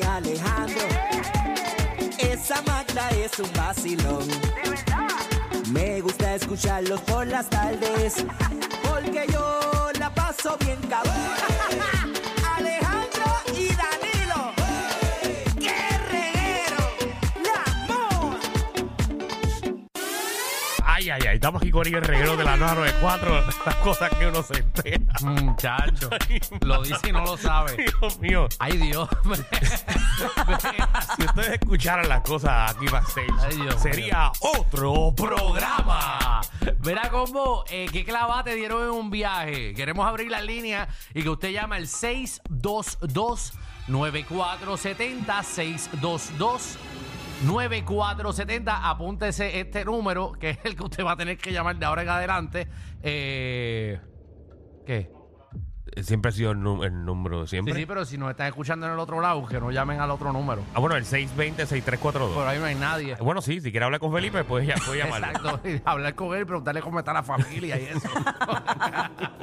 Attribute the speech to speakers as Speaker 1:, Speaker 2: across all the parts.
Speaker 1: y Alejandro. Esa Magda es un vacilón. Me gusta escucharlos por las tardes. Porque yo la paso bien cabrón. Alejandro y Danilo. ¡Qué reguero! ¡La
Speaker 2: Ay, ay, ay, estamos aquí con el reguero de la 994, las cosas que uno se entera.
Speaker 3: Muchacho, lo dice y no lo sabe.
Speaker 2: Dios mío,
Speaker 3: Ay, Dios.
Speaker 2: si ustedes escucharan las cosas aquí
Speaker 3: Ay,
Speaker 2: backstage,
Speaker 3: Dios
Speaker 2: sería otro programa.
Speaker 3: Programa. Verá cómo, eh, qué clavate dieron en un viaje. Queremos abrir la línea y que usted llama al 622-9470. 622 9470, apúntese este número, que es el que usted va a tener que llamar de ahora en adelante. Eh, ¿Qué?
Speaker 2: Siempre ha sido el, nu- el número,
Speaker 3: Sí,
Speaker 2: siempre.
Speaker 3: sí, pero si nos están escuchando en el otro lado, que no llamen al otro número.
Speaker 2: Ah, bueno, el 620-6342.
Speaker 3: Por ahí no hay nadie.
Speaker 2: Bueno, sí, si quiere hablar con Felipe, pues ya puede llamarlo.
Speaker 3: Exacto, y hablar con él, preguntarle cómo está la familia y eso.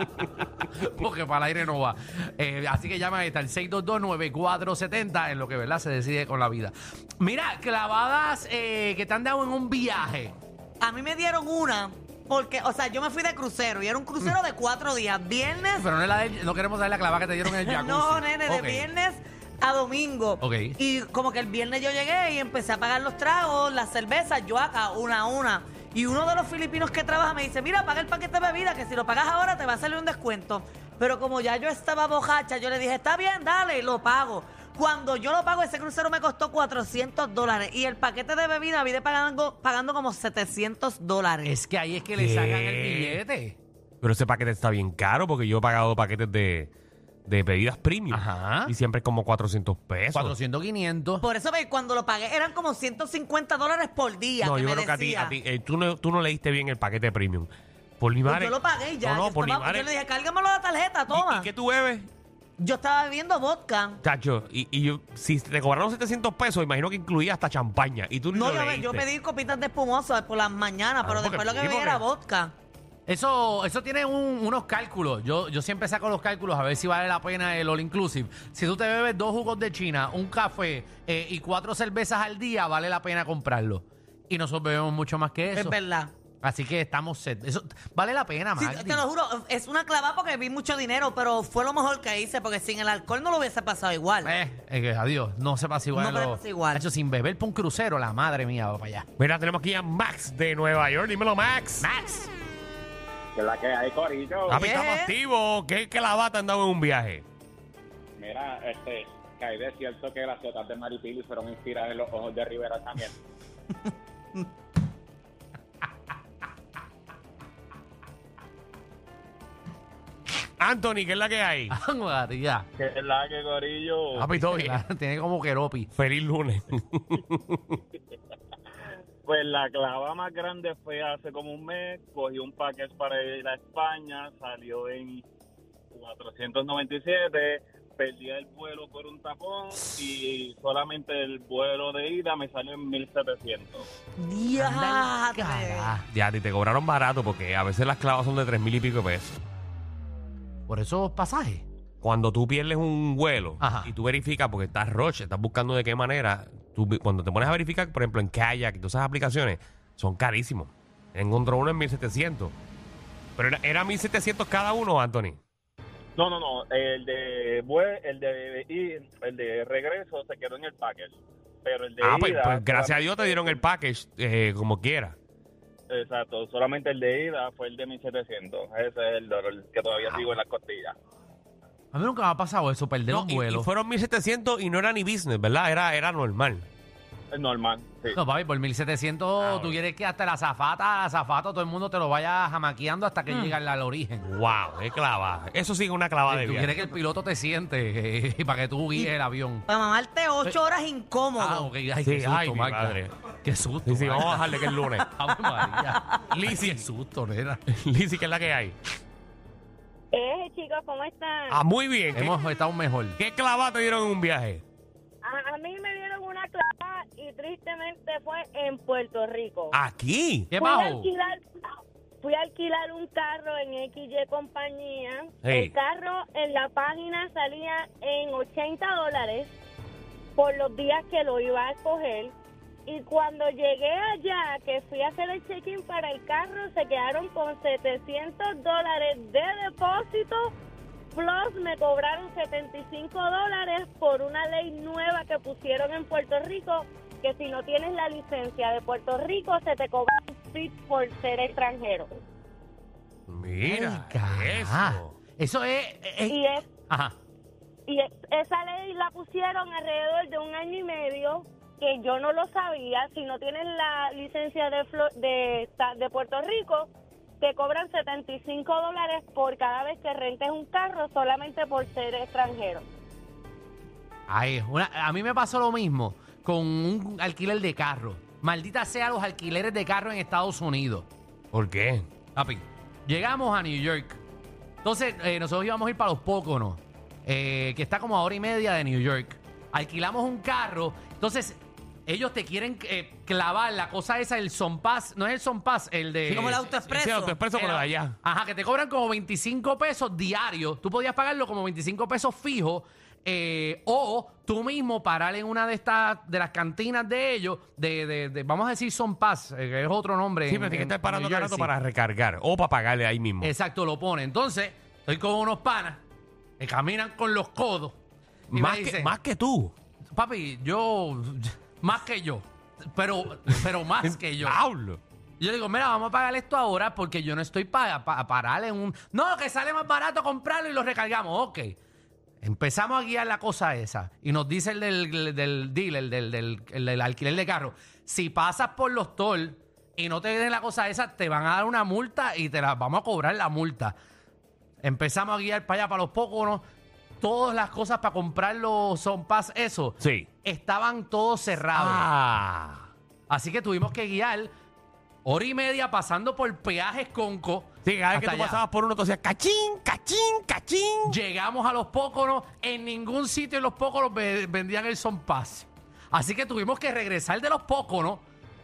Speaker 3: Porque para el aire no va. Eh, así que llama hasta el 622-9470 en lo que ¿verdad? se decide con la vida. Mira, clavadas eh, que te han dado en un viaje.
Speaker 4: A mí me dieron una, porque, o sea, yo me fui de crucero y era un
Speaker 3: Mm.
Speaker 4: crucero de cuatro días. Viernes.
Speaker 3: Pero no, es la del- no queremos saber la clavada que te dieron en el jacuzzi.
Speaker 4: No, nene,
Speaker 3: Ok.
Speaker 4: de viernes a domingo.
Speaker 3: Ok.
Speaker 4: Y como que el viernes yo llegué y empecé a pagar los tragos, las cervezas, yo acá, una a una. Y uno de los filipinos que trabaja me dice, mira, paga el paquete de bebida, que si lo pagas ahora te va a salir un descuento. Pero como ya yo estaba bojacha, yo le dije, está bien, dale, y lo pago. Cuando yo lo pago, ese crucero me costó 400 dólares y el paquete de bebida había pagando, pagando como 700 dólares.
Speaker 3: Es que ahí es que le sacan el
Speaker 2: ¿Qué?
Speaker 3: billete.
Speaker 2: Pero ese paquete está bien caro porque yo he pagado paquetes de, de bebidas premium.
Speaker 3: Ajá.
Speaker 2: Y siempre es como 400 pesos.
Speaker 3: 400, 500.
Speaker 4: Por eso ve, cuando lo pagué eran como 150 dólares por día.
Speaker 2: No,
Speaker 4: que
Speaker 2: yo
Speaker 4: me
Speaker 2: creo que a ti,
Speaker 4: decía.
Speaker 2: a ti eh, tú, no, tú no leíste bien el paquete premium. Por mi
Speaker 4: Pues
Speaker 2: madre.
Speaker 4: yo lo pagué y ya.
Speaker 2: No, no,
Speaker 4: yo,
Speaker 2: por mi
Speaker 4: estaba-
Speaker 2: madre.
Speaker 4: yo le dije, cárgamelo a la tarjeta,
Speaker 2: ¿Y,
Speaker 4: toma.
Speaker 2: y qué tú bebes?
Speaker 4: Yo estaba bebiendo vodka.
Speaker 2: Chacho, y, y yo, si te cobraron 700 pesos, imagino que incluía hasta champaña. Y tú ni
Speaker 4: No,
Speaker 2: lo
Speaker 4: yo, me-
Speaker 2: leíste.
Speaker 4: yo pedí copitas de espumoso por las mañanas,
Speaker 2: Ah,
Speaker 4: pero
Speaker 2: porque
Speaker 4: después lo que
Speaker 2: sí,
Speaker 4: bebí
Speaker 2: porque-
Speaker 4: era vodka.
Speaker 3: Eso, eso tiene un- unos cálculos. Yo, yo siempre saco los cálculos a ver si vale la pena el all inclusive. Si tú te bebes dos jugos de China, un café eh, y cuatro cervezas al día, vale la pena comprarlo. Y nosotros bebemos mucho más que eso.
Speaker 4: Es verdad.
Speaker 3: Así que estamos set. Eso vale la pena,
Speaker 4: Sí,
Speaker 3: Magdi.
Speaker 4: te lo juro, es una clavada porque vi mucho dinero, pero fue lo mejor que hice, porque sin el alcohol no lo hubiese pasado igual.
Speaker 3: Eh, eh, que adiós. No se pasa igual.
Speaker 4: No
Speaker 3: a lo-
Speaker 4: pasa igual.
Speaker 3: Nacho, sin beber por un crucero, la madre mía va para allá.
Speaker 2: Mira, tenemos aquí a Max de Nueva York. Dímelo, Max.
Speaker 3: Max.
Speaker 5: Que la que hay, Corillo.
Speaker 2: Papi,
Speaker 4: ¿Qué?
Speaker 2: estamos activos. ¿Qué, qué la bata han dado en un viaje?
Speaker 5: Mira, este, que hay de cierto que las ciudades de Maripili fueron inspiradas en los ojos de Rivera también.
Speaker 2: Anthony, ¿qué es la que hay?
Speaker 3: Anda, Ah, tía.
Speaker 5: Que es la que, Corillo.
Speaker 3: Ah.
Speaker 2: Papi, todo bien.
Speaker 3: Tiene como queropi.
Speaker 2: Feliz lunes.
Speaker 5: Pues la clava más grande fue hace como un mes. Cogí un paquete para ir a España. Salió en 497. Perdí el vuelo por un tapón. Y solamente el vuelo de ida me salió en 1700.
Speaker 3: Anda en la
Speaker 4: ¡Diatre!
Speaker 3: cara.
Speaker 2: ya, y te cobraron barato porque a veces las clavas son de 3 mil y pico de pesos.
Speaker 3: Por esos pasajes.
Speaker 2: cuando tú pierdes un vuelo
Speaker 3: Ajá.
Speaker 2: y tú verificas, porque estás roche, estás buscando de qué manera, tú, vi- cuando te pones a verificar, por ejemplo, en Kayak y todas esas aplicaciones, son carísimos. Encontró uno en 1700. Pero era, era 1700 cada uno, Anthony.
Speaker 5: No, no, no. El de, vue- el de, ir- el de regreso se quedó en el package. Pero el de
Speaker 2: Ah, pues,
Speaker 5: ida.
Speaker 2: pues, gracias a Dios te
Speaker 5: solamente-
Speaker 2: dieron el package eh, como quiera.
Speaker 5: Exacto, solamente el de ida fue el de 1700. Ese es el dolor que todavía
Speaker 2: Ah.
Speaker 5: sigo en las costillas.
Speaker 3: A mí nunca me ha pasado eso, perder
Speaker 2: No,
Speaker 3: un
Speaker 2: y,
Speaker 3: vuelo.
Speaker 2: y fueron 1700 y no era ni business, ¿verdad? Era, era normal.
Speaker 5: Es normal, sí.
Speaker 3: No, papi, por 1700
Speaker 2: Ah,
Speaker 3: tú
Speaker 2: bueno.
Speaker 3: quieres que hasta la azafata, azafato, todo el mundo te lo vaya jamaqueando hasta que llegue al, al origen.
Speaker 2: Wow, es clava. Eso sí es una
Speaker 3: Y
Speaker 2: clavada Ah, de
Speaker 3: tú
Speaker 2: viaje.
Speaker 3: quieres que el piloto te siente eh, para que tú guíes el avión.
Speaker 4: Para mamarte ocho horas incómodo.
Speaker 3: Ah, ok. Ay,
Speaker 2: Sí,
Speaker 3: qué susto,
Speaker 2: ay, mi
Speaker 3: Magda.
Speaker 2: madre.
Speaker 3: Qué susto.
Speaker 2: Sí, sí, vamos a
Speaker 3: Magda.
Speaker 2: bajarle que es lunes.
Speaker 3: Ave María.
Speaker 2: Lizzy.
Speaker 3: Qué susto, nena.
Speaker 2: Lizzy, ¿qué es la que hay?
Speaker 6: Eh, chicos, ¿cómo están?
Speaker 2: Ah, muy bien. ¿Qué,
Speaker 3: Hemos estado mejor.
Speaker 2: qué clavada te dieron en un viaje?
Speaker 6: A, a mí me dieron una clavada y tristemente fue en Puerto Rico.
Speaker 2: Aquí.
Speaker 3: Ah, ¿Qué
Speaker 6: fui, a
Speaker 3: bajo?
Speaker 6: alquilar, fui a alquilar un carro en XY compañía.
Speaker 2: Hey.
Speaker 6: El carro en la página salía en 80 dólares por los días que lo iba a escoger. Y cuando llegué allá, que fui a hacer el check-in para el carro, se quedaron con 700 dólares de depósito. Plus me cobraron 75 dólares por una ley nueva que pusieron en Puerto Rico, que si no tienes la licencia de Puerto Rico, se te cobra un tip por ser extranjero.
Speaker 2: Mira.
Speaker 3: Ay, cará.
Speaker 2: eso.
Speaker 3: Eso es. eh, eh,
Speaker 6: Y es
Speaker 3: Ajá.
Speaker 6: Y es- esa ley la pusieron alrededor de un año y medio, que yo no lo sabía. Si no tienes la licencia de, Flo- de, esta- de Puerto Rico, te cobran 75 dólares por cada vez que rentes un carro solamente por ser extranjero.
Speaker 3: Ay, una- a mí me pasó lo mismo con un alquiler de carro. Maldita sea los alquileres de carro en Estados Unidos.
Speaker 2: ¿Por qué?
Speaker 3: Papi, llegamos a New York. Entonces, eh, nosotros íbamos a ir para los Póconos, eh, que está como a hora y media de New York. Alquilamos un carro. Entonces, ellos te quieren eh, clavar la cosa esa, el Son Pass. No es el Son Pass, el de.
Speaker 4: Sí, como el auto expreso.
Speaker 2: Sí, autoexpreso, pero de allá.
Speaker 3: Ajá, que te cobran como 25 pesos diarios. Tú podías pagarlo como 25 pesos fijos. eh, o tú mismo parar en una de estas de las cantinas de ellos de, de- de- vamos a decir son pass eh, que es otro nombre
Speaker 2: Sí,
Speaker 3: en-
Speaker 2: pero tienes que
Speaker 3: en-
Speaker 2: estar
Speaker 3: en
Speaker 2: parando
Speaker 3: New
Speaker 2: cada rato
Speaker 3: Jersey.
Speaker 2: para recargar o para pagarle ahí mismo.
Speaker 3: Exacto, lo pone. Entonces, estoy con unos panas que caminan con los codos. Y
Speaker 2: más,
Speaker 3: me
Speaker 2: que,
Speaker 3: dicen,
Speaker 2: más que tú.
Speaker 3: papi, yo, más que yo, pero, pero más que yo.
Speaker 2: Diablo.
Speaker 3: Yo digo, mira, vamos a pagar esto ahora porque yo no estoy para pararle en un... No, que sale más barato comprarlo y lo recargamos. Ok. Empezamos a guiar la cosa esa. Y nos dice el del, del dealer, del, del- el del alquiler de carro, si pasas por los toll y no te den la cosa esa, te van a dar una multa y te la vamos a cobrar la multa. Empezamos a guiar para allá, para los póconos. Todas las cosas para comprar los son pass, eso.
Speaker 2: Sí.
Speaker 3: Estaban todos cerrados.
Speaker 2: Ah.
Speaker 3: Así que tuvimos que guiar hora y media pasando por peajes conco.
Speaker 2: Sí, cada vez que
Speaker 3: hasta
Speaker 2: tú
Speaker 3: allá.
Speaker 2: pasabas por uno, tú hacías cachín, cachín, cachín.
Speaker 3: Llegamos a los Póconos. En ningún sitio en los Póconos ve- vendían el Son Pass. Así que tuvimos que regresar de los Póconos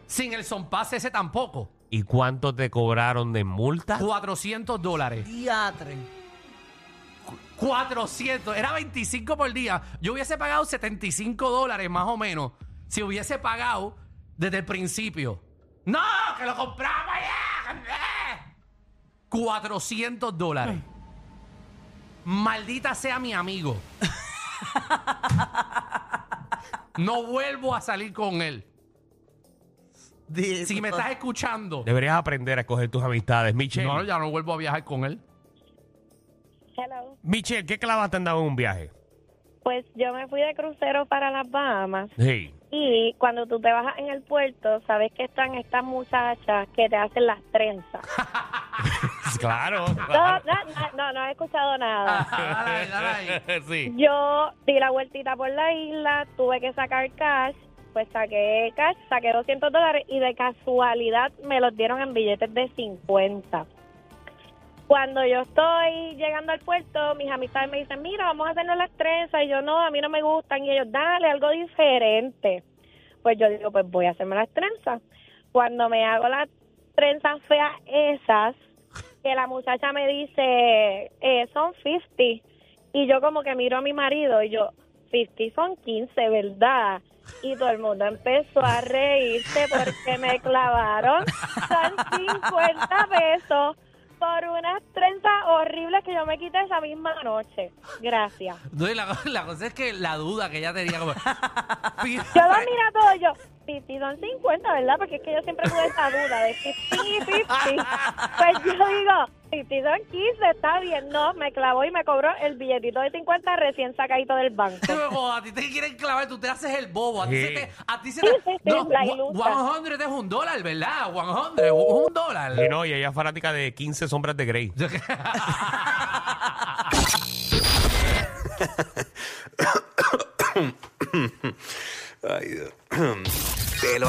Speaker 3: sin el Son Pass ese tampoco.
Speaker 2: ¿Y cuánto te cobraron de multa?
Speaker 3: 400 dólares.
Speaker 4: Diatre.
Speaker 3: 400. Era 25 por día. Yo hubiese pagado 75 dólares más o menos si hubiese pagado desde el principio. ¡No! ¡Que lo compramos ya! 400 dólares. Maldita sea mi amigo. No vuelvo a salir con él. Si me estás escuchando,
Speaker 2: Deberías aprender a escoger tus amistades. Michelle,
Speaker 3: no, ya no vuelvo a viajar con él.
Speaker 6: Hello.
Speaker 2: Michelle ¿qué clavas te han dado en un viaje?
Speaker 6: Pues yo me fui de crucero para las Bahamas
Speaker 2: Sí.
Speaker 6: y cuando tú te bajas en el puerto, sabes que están estas muchachas que te hacen las trenzas.
Speaker 2: claro.
Speaker 6: No, no, no, no, no he escuchado nada.
Speaker 3: Dale ahí, dale ahí.
Speaker 2: sí.
Speaker 6: Yo di la vueltita por la isla, tuve que sacar cash, pues saqué cash, saqué 200 dólares y de casualidad me los dieron en billetes de 50. Cuando yo estoy llegando al puerto, mis amistades me dicen, mira, vamos a hacernos las trenzas. Y yo, no, a mí no me gustan. Y ellos, dale, algo diferente. Pues yo digo, pues voy a hacerme las trenzas. Cuando me hago las trenzas feas esas, que la muchacha me dice, eh, son 50. Y yo como que miro a mi marido y yo, 50 son 15, ¿verdad? Y todo el mundo empezó a reírse porque me clavaron tan 50 pesos por unas trenzas horribles que yo me quité esa misma noche. Gracias.
Speaker 3: No, y la, la cosa es que la duda que ella tenía como...
Speaker 6: Yo lo mira todo y yo, 50 son 50, ¿verdad? Porque es que yo siempre tuve esa duda de 50 y 50. Pues yo digo, 50 son 15, está bien. No, me clavó y me cobró el billetito de 50 recién sacadito del banco.
Speaker 3: Luego, a ti te quieren clavar, tú te haces el bobo. A ti
Speaker 2: Sí.
Speaker 3: se te. A ti se
Speaker 6: Sí,
Speaker 3: te
Speaker 6: sí, sí,
Speaker 3: no,
Speaker 6: la
Speaker 3: wa-
Speaker 6: ilusa.
Speaker 3: 100 es un dólar, ¿verdad? 100 es un dólar.
Speaker 2: Y no, y ella es fanática de 15 sombras de Grey.
Speaker 7: Ay, Dios. Te lo